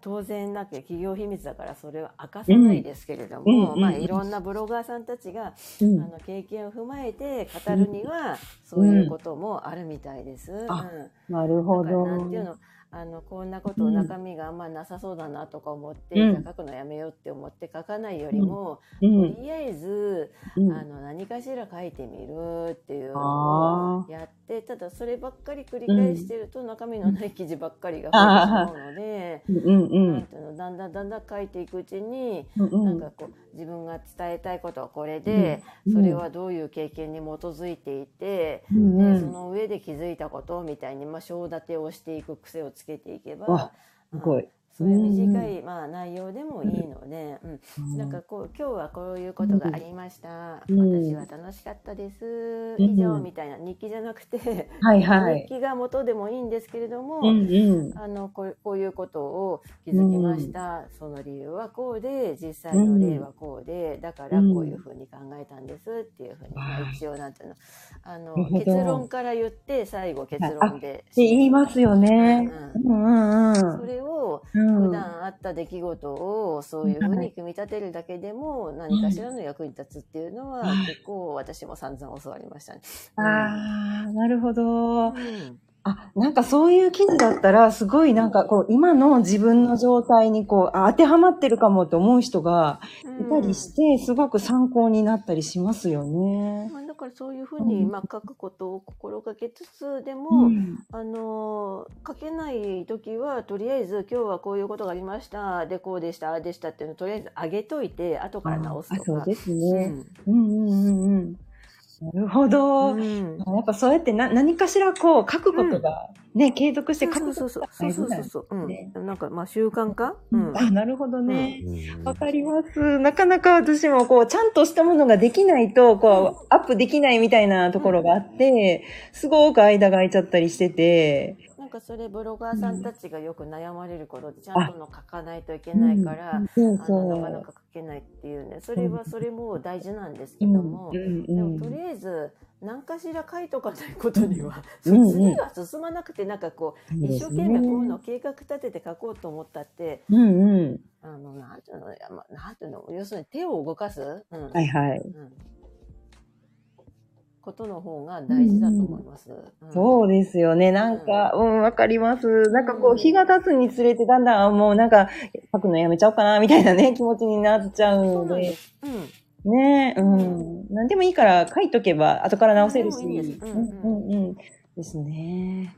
[SPEAKER 3] 当然なきゃ企業秘密だからそれは明かさないですけれど
[SPEAKER 5] うんうん
[SPEAKER 3] も、
[SPEAKER 5] うん
[SPEAKER 3] まあいろんなブロガーさんたちが、
[SPEAKER 5] うん
[SPEAKER 3] あの経験を踏まえて語るにはそういうこともあるみたいです。うん
[SPEAKER 5] あなる
[SPEAKER 3] だ
[SPEAKER 5] ほ
[SPEAKER 3] から
[SPEAKER 5] ど。
[SPEAKER 3] なんていうのあのこんなことを
[SPEAKER 5] うん
[SPEAKER 3] 中身があんまなさそうだなとか思って、
[SPEAKER 5] うん
[SPEAKER 3] じゃあ書くのやめようって思って書かないよりも、
[SPEAKER 5] うん
[SPEAKER 3] とりあえず、
[SPEAKER 5] うん
[SPEAKER 3] あの何かしら書いてみるっていうの
[SPEAKER 5] あ
[SPEAKER 3] をやってただそればっかり繰り返してると、中身のない記事ばっか
[SPEAKER 5] (laughs)
[SPEAKER 3] りが
[SPEAKER 5] あー
[SPEAKER 3] 増えてしまうので。
[SPEAKER 5] うんう
[SPEAKER 3] な
[SPEAKER 5] んう
[SPEAKER 3] ん
[SPEAKER 5] ん
[SPEAKER 3] ていうのだんだんだんだん書いていくうちに、
[SPEAKER 5] うんう
[SPEAKER 3] なん
[SPEAKER 5] ん
[SPEAKER 3] かこう自分が伝えたいことはこれで、
[SPEAKER 5] うん
[SPEAKER 3] それはどういう経験に基づいていて、
[SPEAKER 5] うんう
[SPEAKER 3] でそ
[SPEAKER 5] ん。
[SPEAKER 3] の上で気づいたことみたいに、まあ、章立てをしていく癖をつけていけば
[SPEAKER 5] わ、すごい。
[SPEAKER 3] そういう短い、まあ、内容でもいいので、うんなんかこう今日はこういうことがありました、
[SPEAKER 5] うん
[SPEAKER 3] 私は楽しかったです、
[SPEAKER 5] ん
[SPEAKER 3] 以上みたいな日記じゃなくて、
[SPEAKER 5] はいは
[SPEAKER 3] 日
[SPEAKER 5] い。
[SPEAKER 3] 記が元でもいいんですけれども、
[SPEAKER 5] うんうん。
[SPEAKER 3] あのこうこういうことを気づきました、その理由はこうで実際の例はこうで、だからこういうふうに考えたんですっていうふうに、まあ
[SPEAKER 5] はい
[SPEAKER 3] 一応なんていうのあの
[SPEAKER 5] なるほど
[SPEAKER 3] 結論から言って最後結論で
[SPEAKER 5] って言いますよね。
[SPEAKER 3] うん
[SPEAKER 5] うんうんうん。
[SPEAKER 3] それを
[SPEAKER 5] うん
[SPEAKER 3] 普段あった出来事をそういうふうに組み立てるだけでも何かしらの役に立つっていうのは
[SPEAKER 5] はい
[SPEAKER 3] 結構私も散々教わりましたね。
[SPEAKER 5] ああ、なるほ
[SPEAKER 3] う
[SPEAKER 5] ど。
[SPEAKER 3] ん
[SPEAKER 5] あ、なんかそういう記事だったら、すごいなんかこう、今の自分の状態にこう、あ当てはまってるかもって思う人がいたりして、すごく参考になったりしますよね。
[SPEAKER 3] まあだからそういうふうに
[SPEAKER 5] うん
[SPEAKER 3] まあ書くことを心がけつつでも、
[SPEAKER 5] うん。
[SPEAKER 3] あのー書けない時はとりあえず今日はこういうことがありましたでこうでしたああでしたっていうのをとりあえず上げといて後から直す
[SPEAKER 5] あ
[SPEAKER 3] と
[SPEAKER 5] そう
[SPEAKER 3] か。
[SPEAKER 5] です
[SPEAKER 3] う
[SPEAKER 5] ね。
[SPEAKER 3] ん
[SPEAKER 5] うんうんうんうん。なるほど。
[SPEAKER 3] うん
[SPEAKER 5] やっぱそうやってな何かしらこう書くことが、ね、継続して書くこと
[SPEAKER 3] そうそうそうそうそうそうそう、
[SPEAKER 5] ね
[SPEAKER 3] うん、なんかまあ習慣化、うん
[SPEAKER 5] あ、なるほどね。
[SPEAKER 1] うん
[SPEAKER 5] わかります。なかなか私もこう、ちゃんとしたものができないと、こう、アップできないみたいなところがあって、すごく間が空いちゃったりしてて。
[SPEAKER 3] なんかそれブロガーさんたちがよく悩まれることでちゃんとの書かないといけないから、
[SPEAKER 5] うんそう
[SPEAKER 3] あ
[SPEAKER 5] そ
[SPEAKER 3] のなかな
[SPEAKER 5] う。
[SPEAKER 3] か書けないっていうねそれはそれも大事なんですけ
[SPEAKER 5] うん
[SPEAKER 3] ども、で
[SPEAKER 5] うん
[SPEAKER 3] も
[SPEAKER 5] う
[SPEAKER 3] と
[SPEAKER 5] ん
[SPEAKER 3] りあえず何かしら書いとかないことには、
[SPEAKER 5] うんうん
[SPEAKER 3] 次が進まなくてなんかこう、
[SPEAKER 5] そうで
[SPEAKER 3] 一生
[SPEAKER 5] す
[SPEAKER 3] 懸
[SPEAKER 5] ね
[SPEAKER 3] 命こういうのを計画立てて書こうと思ったって
[SPEAKER 5] うんう
[SPEAKER 3] あのなんていうのいやまあなんていうの要するに手を動かす、うん
[SPEAKER 5] ん。はいはい。
[SPEAKER 3] うんことの方が大事だと思います。うん
[SPEAKER 5] そうですよね。なんか、うん、わかります。なんかこう、日が経つにつれて、だんだん、あもうなんか、書くのやめちゃおうかな、みたいなね、気持ちになっちゃう
[SPEAKER 3] そ
[SPEAKER 5] の
[SPEAKER 3] うなん
[SPEAKER 5] で
[SPEAKER 3] で。す。うん
[SPEAKER 5] ねえ、うん。何でもいいから書いとけば、後から直せるし。
[SPEAKER 3] 何でもいいです
[SPEAKER 5] う
[SPEAKER 3] うんん
[SPEAKER 5] うんうん。ですね。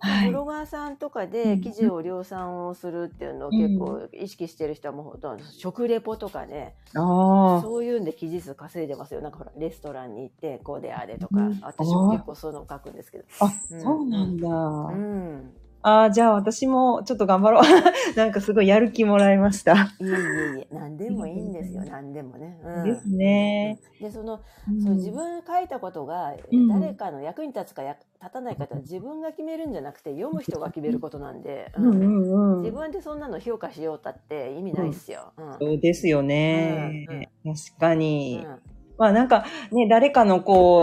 [SPEAKER 5] は
[SPEAKER 3] ブ
[SPEAKER 5] い。
[SPEAKER 3] ロガーさんとかで記事を量産をするっていうのを結構意識してる人はもうほとんど食レポとかね、
[SPEAKER 5] ああ。
[SPEAKER 3] そういうんで記事数稼いでますよ。なんかほら、レストランに行って、こうであれとか
[SPEAKER 5] うん、
[SPEAKER 3] 私も結構そういうのを書くんですけど。
[SPEAKER 5] あ、
[SPEAKER 3] うん
[SPEAKER 5] そうなんだ。
[SPEAKER 3] うん。
[SPEAKER 5] ああ、じゃあ私もちょっと頑張ろう。 (laughs) なんかすごいやる気もらいました。
[SPEAKER 3] いえいえいえ、何でもいいんですよ、何でもね。うん
[SPEAKER 5] ですね。
[SPEAKER 3] で、その、
[SPEAKER 5] うん
[SPEAKER 3] その自分が書いたことが
[SPEAKER 5] うん、
[SPEAKER 3] 誰かの役に立つかや立たないかってのは自分が決めるんじゃなくて、読む人が決めることなんで、
[SPEAKER 5] うん
[SPEAKER 3] うん
[SPEAKER 5] うんう
[SPEAKER 3] 自
[SPEAKER 5] ん。
[SPEAKER 3] 分でそんなの評価しようたって意味ないっすよ。うん。
[SPEAKER 5] そうですよね。
[SPEAKER 3] うんうん
[SPEAKER 5] 確かに。
[SPEAKER 3] うん
[SPEAKER 5] まあなんかね、誰かの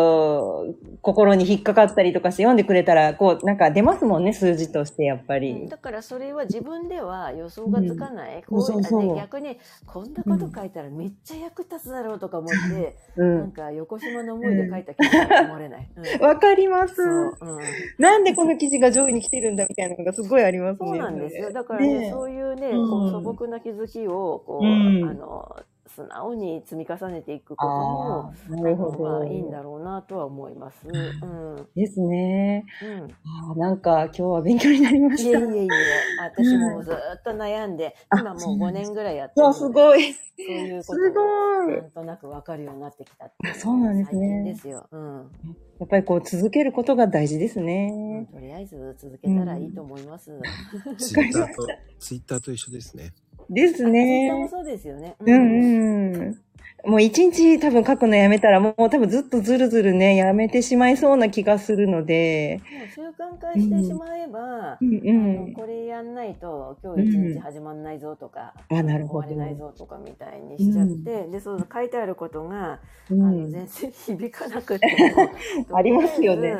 [SPEAKER 5] こう、心に引っかかったりとかして読んでくれたら、こう、なんか出ますもんね、数字としてやっぱり。
[SPEAKER 3] だからそれは自分では予想がつかない。こう
[SPEAKER 5] そうそうそう
[SPEAKER 3] ね逆に、こんなこと書いたらめっちゃ役立つだろうとか思って、
[SPEAKER 5] う
[SPEAKER 3] なん
[SPEAKER 5] ん。
[SPEAKER 3] か横島の思いで書いた記事は思われない。うん
[SPEAKER 5] わかります。
[SPEAKER 3] そううん
[SPEAKER 5] なんでこの記事が上位に来てるんだみたいなのがすごいありますね。
[SPEAKER 3] そうなんですよ。だからね、
[SPEAKER 5] ねえ
[SPEAKER 3] そういうね、
[SPEAKER 5] うん
[SPEAKER 3] こう素朴な気づきを、こう、
[SPEAKER 5] うん
[SPEAKER 3] あの、素直に積み重ねていくこと
[SPEAKER 5] あ
[SPEAKER 3] も、
[SPEAKER 5] あ、なるほ
[SPEAKER 3] ま
[SPEAKER 5] ど。
[SPEAKER 3] あいいんだろうなとは思います。うん。うん。
[SPEAKER 5] ですね。ああ、なんか今日は勉強になりま
[SPEAKER 3] いえ
[SPEAKER 5] し
[SPEAKER 3] い
[SPEAKER 5] た。
[SPEAKER 3] えいえ、私もずっと悩んで、
[SPEAKER 5] あ
[SPEAKER 3] 今もう5年ぐらいやって
[SPEAKER 5] う
[SPEAKER 3] るので。
[SPEAKER 5] わ、すごい。
[SPEAKER 3] そういう
[SPEAKER 5] す
[SPEAKER 3] こ
[SPEAKER 5] ご
[SPEAKER 3] とを
[SPEAKER 5] い
[SPEAKER 3] な。んとなくわかるようになってきたってい
[SPEAKER 5] あそうなんですね
[SPEAKER 3] 最近ですよ。うん。
[SPEAKER 5] やっぱりこう続けることが大事です
[SPEAKER 3] うん
[SPEAKER 5] ね。
[SPEAKER 3] とりあえず続けたらいいと思います。
[SPEAKER 1] ツイッターと、ツイッターと一緒ですね。
[SPEAKER 5] です
[SPEAKER 3] ねも
[SPEAKER 5] ね。
[SPEAKER 3] そうですよね。
[SPEAKER 5] うんうん。もう一日多分書くのやめたらもう多分ずっとずるずるね、やめてしまいそうな気がするので。
[SPEAKER 3] もう習慣化してしまえば、
[SPEAKER 5] うんう
[SPEAKER 3] あの
[SPEAKER 5] ん。
[SPEAKER 3] これやんないと今日一日始まんないぞとか、
[SPEAKER 5] あ、なるほど。
[SPEAKER 3] 終われないぞとかみたいにしちゃって、で、その書いてあることが、
[SPEAKER 5] う
[SPEAKER 3] あの
[SPEAKER 5] ん。
[SPEAKER 3] 全然響かなくても
[SPEAKER 5] (laughs) ありますよね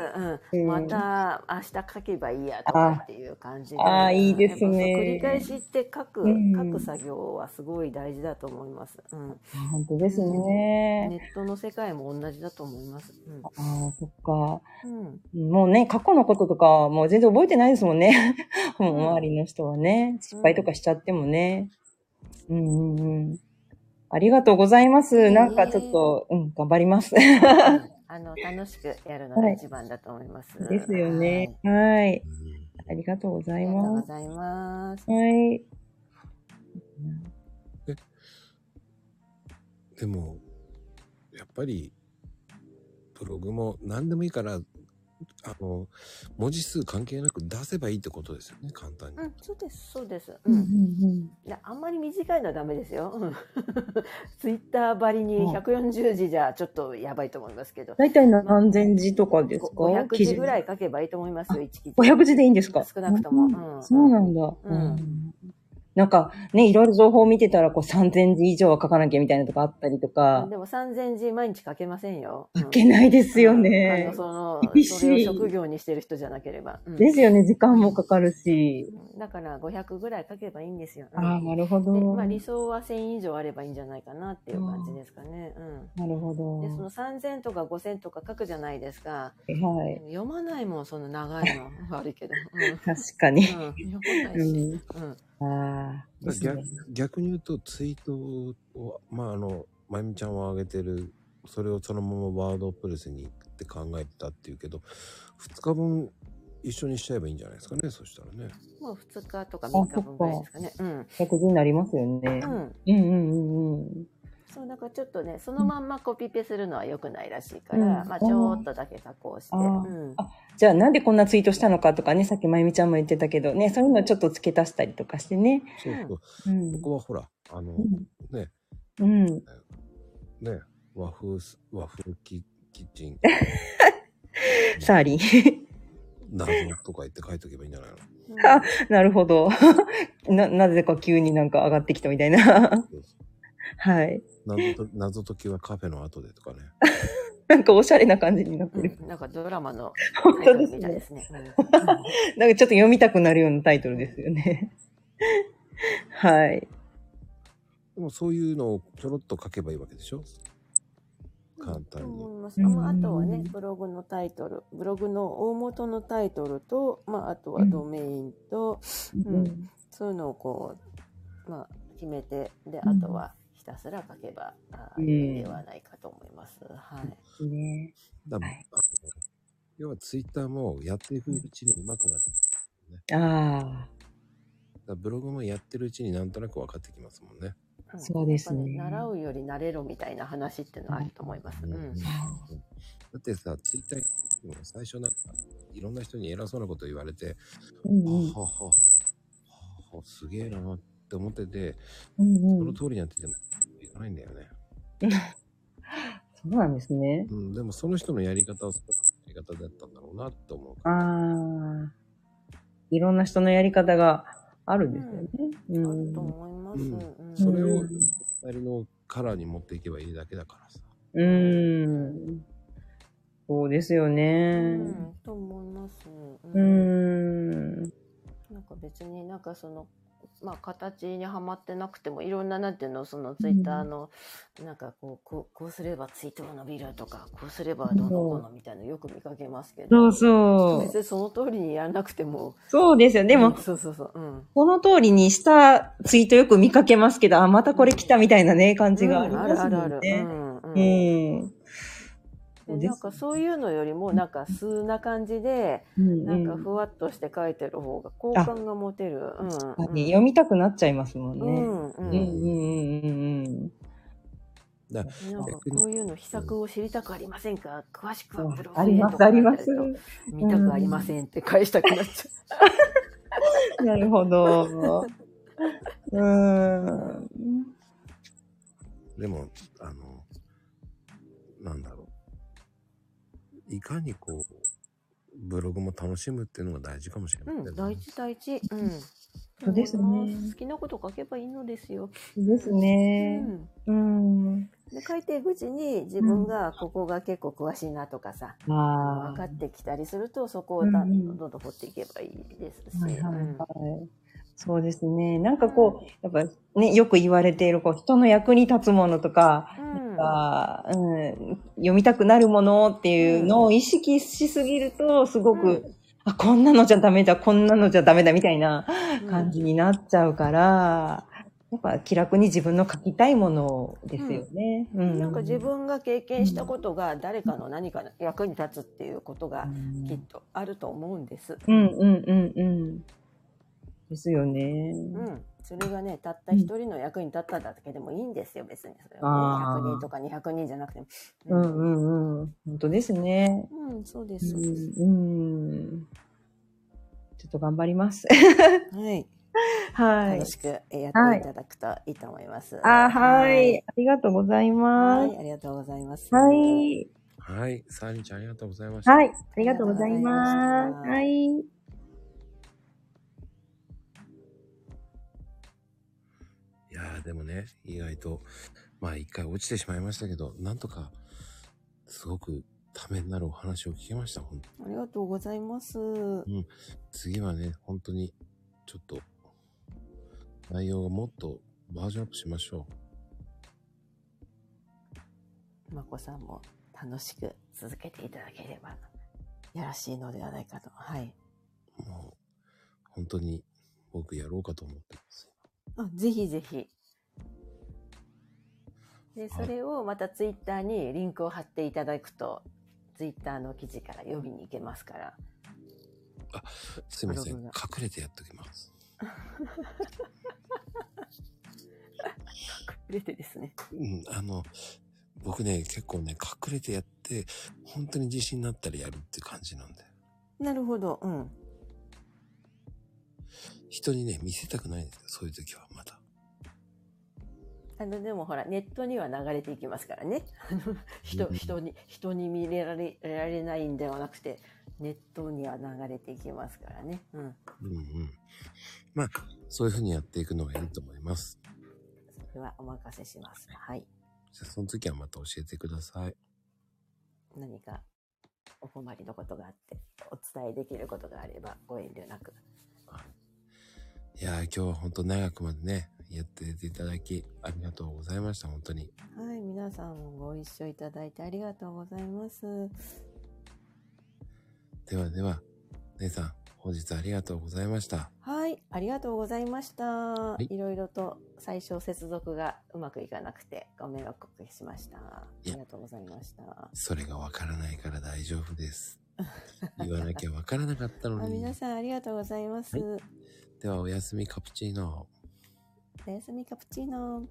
[SPEAKER 3] うん
[SPEAKER 5] うん
[SPEAKER 3] また明日書けばいいやとかっていう感じで
[SPEAKER 5] ああいいですね
[SPEAKER 3] やっぱそう繰り返しって書く、
[SPEAKER 5] うん
[SPEAKER 3] 書く作業はすごい大事だと思います、うん、
[SPEAKER 5] 本当ですね。
[SPEAKER 3] ネットの世界も同じだと思います、
[SPEAKER 5] ああ、そっか。
[SPEAKER 3] うん
[SPEAKER 5] (laughs)
[SPEAKER 3] うん
[SPEAKER 5] もうね、過去のこととかはもう全然覚えてないですもんね。 (laughs) もう周りの人はね、失敗とかしちゃってもね。うんうんうん。ありがとうございます。
[SPEAKER 3] え
[SPEAKER 5] なんかちょっと、うん、頑張ります。
[SPEAKER 3] あの楽しくやるのが一番だと思います、
[SPEAKER 5] ですよね。はい。ありがとうござ
[SPEAKER 3] はいいありがとう
[SPEAKER 5] ま
[SPEAKER 3] ご
[SPEAKER 5] す。
[SPEAKER 3] ざいます
[SPEAKER 5] はい。
[SPEAKER 1] でも、やっぱり、ブログも何でもいいから、あの、文字数関係なく出せばいいってことですよね、簡単に。
[SPEAKER 3] うん、そうです、そうです。
[SPEAKER 5] う
[SPEAKER 3] うん。
[SPEAKER 5] うんん
[SPEAKER 3] いやあんまり短いのはダメですよ。うん (laughs) ツイッターばりに140字じゃちょっとやばいと思いますけど。
[SPEAKER 5] 大体何千字とかですか
[SPEAKER 3] 500字ぐら
[SPEAKER 5] い。
[SPEAKER 3] い書けばいいと思いますよ、1記事。
[SPEAKER 5] 500字でいいんですか
[SPEAKER 3] 少なくともうん
[SPEAKER 5] そうなんだ。
[SPEAKER 3] うん
[SPEAKER 5] なんかね、いろいろ情報を見てたら、こう3000字以上は書かなきゃみたいなとかあったりとか、
[SPEAKER 3] でも3000字毎日書けませんよ。
[SPEAKER 5] 書けないですよね
[SPEAKER 3] あの。その、
[SPEAKER 5] 厳しい
[SPEAKER 3] それを職業にしてる人じゃなければ。うん
[SPEAKER 5] ですよね、時間もかかるし。
[SPEAKER 3] だから500ぐらい書けばいいんですよ。うん
[SPEAKER 5] ああ、なるほど。
[SPEAKER 3] でまあ理想は1000以上あればいいんじゃないかなっていう感じですかね。うん。
[SPEAKER 5] なるほ
[SPEAKER 3] で、そ
[SPEAKER 5] ど
[SPEAKER 3] の。3000とか5000とか書くじゃないですか。
[SPEAKER 5] はい。
[SPEAKER 3] 読まないもん、その長い (laughs) の。悪いけど。うん
[SPEAKER 5] 確かに。
[SPEAKER 3] うん読まな
[SPEAKER 5] う
[SPEAKER 3] いし。う
[SPEAKER 5] ん。
[SPEAKER 3] ん。
[SPEAKER 5] ああ、です
[SPEAKER 1] 逆
[SPEAKER 5] ね。
[SPEAKER 1] 逆に言うと、ツイートを、まあ、あの、まゆみちゃんは上げてる、それをそのままワードプレスにって考えたっていうけど、2日分一緒にしちゃえばいいんじゃないですかね、そしたらね。
[SPEAKER 3] もう2日とか3日分ぐらいですかね。うん。
[SPEAKER 5] 100字になりますよね
[SPEAKER 3] う。ん。
[SPEAKER 5] うんうんうんうん。
[SPEAKER 3] そう、だからちょっとね、そのまんまコピペするのは良くないらしいから、
[SPEAKER 5] うん
[SPEAKER 3] まあちょっとだけ加工して。
[SPEAKER 5] あ
[SPEAKER 3] う
[SPEAKER 5] ー
[SPEAKER 3] (laughs) ん。
[SPEAKER 5] じゃあなんでこんなツイートしたのかとかね、さっきまゆみちゃんも言ってたけどね、そういうのをちょっと付け足したりとかしてね。
[SPEAKER 1] そうそう。
[SPEAKER 5] うん。
[SPEAKER 1] ここはほら、あの、ね、
[SPEAKER 5] うん。うん
[SPEAKER 1] ね、和風す、和風キキッチン、
[SPEAKER 5] (laughs) サー (laughs) リン。
[SPEAKER 1] 謎とか言って書いとけばいいんじゃないの
[SPEAKER 3] うん
[SPEAKER 5] あなるほど。 (laughs) な、なぜか急になんか上がってきたみたいな。 (laughs) はい。
[SPEAKER 1] 謎と謎解きはカフェの後でとかね。
[SPEAKER 5] なんかおしゃれな感じになってる。
[SPEAKER 3] うんなんかドラマの
[SPEAKER 5] 本
[SPEAKER 3] タイ
[SPEAKER 5] 当
[SPEAKER 3] ト
[SPEAKER 5] で
[SPEAKER 3] ル
[SPEAKER 5] す
[SPEAKER 3] みたいで
[SPEAKER 5] ね。
[SPEAKER 3] すね。
[SPEAKER 5] なんかちょっと読みたくなるようなタイトルですよね。はい。
[SPEAKER 1] でもそういうのをちょろっと書けばいいわけでしょ簡
[SPEAKER 3] うん
[SPEAKER 1] 単
[SPEAKER 3] 思
[SPEAKER 1] に。
[SPEAKER 3] います。あまああとはね、ブログのタイトル、ブログの大元のタイトルと、まああとはドメインと、うんそういうのをこう、まあ、決めて、で、あとはひたすら書けば、あ
[SPEAKER 5] うん
[SPEAKER 3] いいんではないかと思います。はい。
[SPEAKER 5] ね。
[SPEAKER 1] だから
[SPEAKER 5] はい
[SPEAKER 1] あの要はツイッターもやっていくうちに上手くなって、だか
[SPEAKER 5] ああ、
[SPEAKER 1] らブログもやってるうちになんとなく分かってきますもんね。
[SPEAKER 3] ん
[SPEAKER 5] そうですね
[SPEAKER 3] やっぱ習うより慣れろみたいな話っていうのはあると思います。う
[SPEAKER 1] うん
[SPEAKER 3] ん。
[SPEAKER 1] だってさ、ツイッターやってる時も最初なんかいろんな人に偉そうなこと言われて、
[SPEAKER 5] うんうん
[SPEAKER 1] はあはあはあはあすげえなって思ってて、
[SPEAKER 5] うん
[SPEAKER 1] そうの
[SPEAKER 5] ん。
[SPEAKER 1] 通りにやっててもいかないんだよね。
[SPEAKER 5] そうなんですね。
[SPEAKER 1] うん、でもその人のやり方はそのやり方だったんだろうなって思う
[SPEAKER 5] あ
[SPEAKER 1] から。
[SPEAKER 5] あ、いろんな人のやり方があるんですよね。う
[SPEAKER 3] ある
[SPEAKER 5] ん
[SPEAKER 3] と。思います。
[SPEAKER 1] うん
[SPEAKER 3] うん
[SPEAKER 1] それを
[SPEAKER 5] うん
[SPEAKER 1] 二人のカラーに持っていけばいいだけだからさ。
[SPEAKER 5] うーん。そうですよ
[SPEAKER 3] う
[SPEAKER 5] ね。
[SPEAKER 3] ん、と思います。
[SPEAKER 5] うーん。
[SPEAKER 3] なんか別になんかその、まあ形にはまってなくても、いろんななんていうの、そのツイッターの、なんかこう、こう、こうすればツイートが伸びるとか、こうすればどうのこうのみたいなのよく見かけますけど。
[SPEAKER 5] そうそ
[SPEAKER 3] 別
[SPEAKER 5] う。
[SPEAKER 3] にその通りにやらなくても。
[SPEAKER 5] そうですよ。で
[SPEAKER 3] う
[SPEAKER 5] も
[SPEAKER 3] ん、そうそうそう。うん。
[SPEAKER 5] この通りにしたツイートよく見かけますけど、あ、またこれ来たみたいなね、感じがあります
[SPEAKER 3] うんあるあ
[SPEAKER 5] もん
[SPEAKER 3] るある。う
[SPEAKER 5] ね。
[SPEAKER 3] んうん
[SPEAKER 5] うん。そう
[SPEAKER 3] で
[SPEAKER 5] で
[SPEAKER 3] なん
[SPEAKER 5] す
[SPEAKER 3] かそういうのよりもなんか素な感じで、
[SPEAKER 5] うんう
[SPEAKER 3] なん
[SPEAKER 5] ん。
[SPEAKER 3] かふわっとして書いてる方が好感が持てる。うん
[SPEAKER 5] 確かに読みたくなっちゃゃいますもん
[SPEAKER 3] う
[SPEAKER 5] ね。
[SPEAKER 3] んう
[SPEAKER 5] うんんうんうんうん。
[SPEAKER 3] なんかこういうの秘策を知りたくありませんか詳しくはブログ
[SPEAKER 5] あ
[SPEAKER 3] へ
[SPEAKER 5] ります、あります。
[SPEAKER 3] 見たくありませんって返したくなっちゃ
[SPEAKER 5] なるほど。うーん。
[SPEAKER 1] でも、あの、なんだろう。いかにこう、ブログも楽しむっていうのが大事かもしれ
[SPEAKER 3] う。
[SPEAKER 1] な
[SPEAKER 3] う
[SPEAKER 1] い、
[SPEAKER 3] ん、大事大事。うん。
[SPEAKER 5] そうですね
[SPEAKER 3] 好きなこと書けばいいのですよ。
[SPEAKER 5] です
[SPEAKER 3] う
[SPEAKER 5] ね。
[SPEAKER 3] ん。
[SPEAKER 5] うん。
[SPEAKER 3] で書いていくうちに自分がここが結構詳しいなとかさ、
[SPEAKER 5] まあ。
[SPEAKER 3] 分かってきたりするとそこをだ
[SPEAKER 5] うんんう
[SPEAKER 3] ど
[SPEAKER 5] ん
[SPEAKER 3] んどん掘っていけばいいですし、
[SPEAKER 5] はいはい
[SPEAKER 3] うん
[SPEAKER 5] はい。そうですね。なんかこう、やっぱね、よく言われている、こう、人の役に立つものとか、
[SPEAKER 3] うん
[SPEAKER 5] あーうん、読みたくなるものっていうのを意識しすぎると、すごく、
[SPEAKER 3] うん
[SPEAKER 5] あ、こんなのじゃダメだ、こんなのじゃダメだ、みたいな
[SPEAKER 3] うん
[SPEAKER 5] 感じになっちゃうから、やっぱ気楽に自分の書きたいものですよね。う
[SPEAKER 3] なんか自分が経験したことが誰かの何かの役に立つっていうことがきっとあると思うんです。
[SPEAKER 5] うんうんうんうん。ですよね。
[SPEAKER 3] うん、それがねたった一人の役に立っただけでもいいんですよ別にそれは、
[SPEAKER 5] あー
[SPEAKER 3] ね、100人とか200人じゃなくても。
[SPEAKER 5] うんうんうん。本当ですね。
[SPEAKER 3] うん、そうで
[SPEAKER 5] う
[SPEAKER 3] す。そうです
[SPEAKER 5] んうん。ちょっと頑張ります。
[SPEAKER 3] はい、
[SPEAKER 5] はい
[SPEAKER 3] 楽。しくやっていただくといいと思います。
[SPEAKER 5] あ、はい。。ありがとうございま
[SPEAKER 3] は
[SPEAKER 5] す
[SPEAKER 3] い、。ありがとうございます。
[SPEAKER 5] はい。
[SPEAKER 1] はい。サーリンちゃんありがとうございました。
[SPEAKER 5] はい。ありがとうござい
[SPEAKER 3] あ
[SPEAKER 5] ま
[SPEAKER 3] り
[SPEAKER 5] す。
[SPEAKER 3] がとうござ
[SPEAKER 5] はいい。
[SPEAKER 1] いやーでもね、意外と、まあ一回落ちてしまいましたけど、なんとか、すごくためになるお話を聞けました。ほん
[SPEAKER 3] ありがとうございます。
[SPEAKER 1] 次はね、本当に、ちょっと、内容がもっとバージョンアップしましょ
[SPEAKER 3] まこさんも楽しく続けていただければよろしいのではないかと。はい。
[SPEAKER 1] う。もう、本当に僕やろうかと思ってます。
[SPEAKER 3] あぜひぜひ。で、
[SPEAKER 1] はい
[SPEAKER 3] それをまたツイッターにリンクを貼っていただくと、ツイッターの記事から読みに行けますから。
[SPEAKER 1] すいません。
[SPEAKER 3] ブログ
[SPEAKER 1] 隠
[SPEAKER 3] が
[SPEAKER 1] れてやっておきます。
[SPEAKER 3] 隠れてですね。
[SPEAKER 1] うん、あの、僕ね、結構ね、隠れてやって、本当に自信になったらやるって感じなんで。
[SPEAKER 3] なるほど。うん。
[SPEAKER 1] 人にね、見せたくないんですよ。そういう時はまた。
[SPEAKER 3] あの、でもほら、ネットには流れていきますからね。あの人、
[SPEAKER 1] うん
[SPEAKER 3] 人に、人に見れられられないんではなくて、ネットには流れていきますからね。うん。
[SPEAKER 1] うんうん。まあ、そういうふうにやっていくのがいいと思います。
[SPEAKER 3] それはお任せします。はい。
[SPEAKER 1] じゃあ、その時はまた教えてください。
[SPEAKER 3] 何かお困りのことがあって、お伝えできることがあれば、ご遠慮なく。
[SPEAKER 1] いやー、今日は本当長くまでね、やっていただき、ありがとうございました。本当に。
[SPEAKER 3] はい、皆さんもご一緒いただいてありがとうございます。
[SPEAKER 1] ではでは、姉さん、本日ありがとうございました。
[SPEAKER 3] はい、ありがとうございました。
[SPEAKER 1] い
[SPEAKER 3] い、ろいろと最初接続がうまくいかなくてご迷惑をおかけしました。あ
[SPEAKER 1] いや
[SPEAKER 3] りがとうございました。
[SPEAKER 1] それがわからないから大丈夫
[SPEAKER 3] (laughs)
[SPEAKER 1] です。言わなきゃわからなかった
[SPEAKER 3] あ
[SPEAKER 1] のに
[SPEAKER 3] 皆。さんありがとうございます。
[SPEAKER 1] では、おやすみカプチーノ。
[SPEAKER 3] おやすみカプチーノ。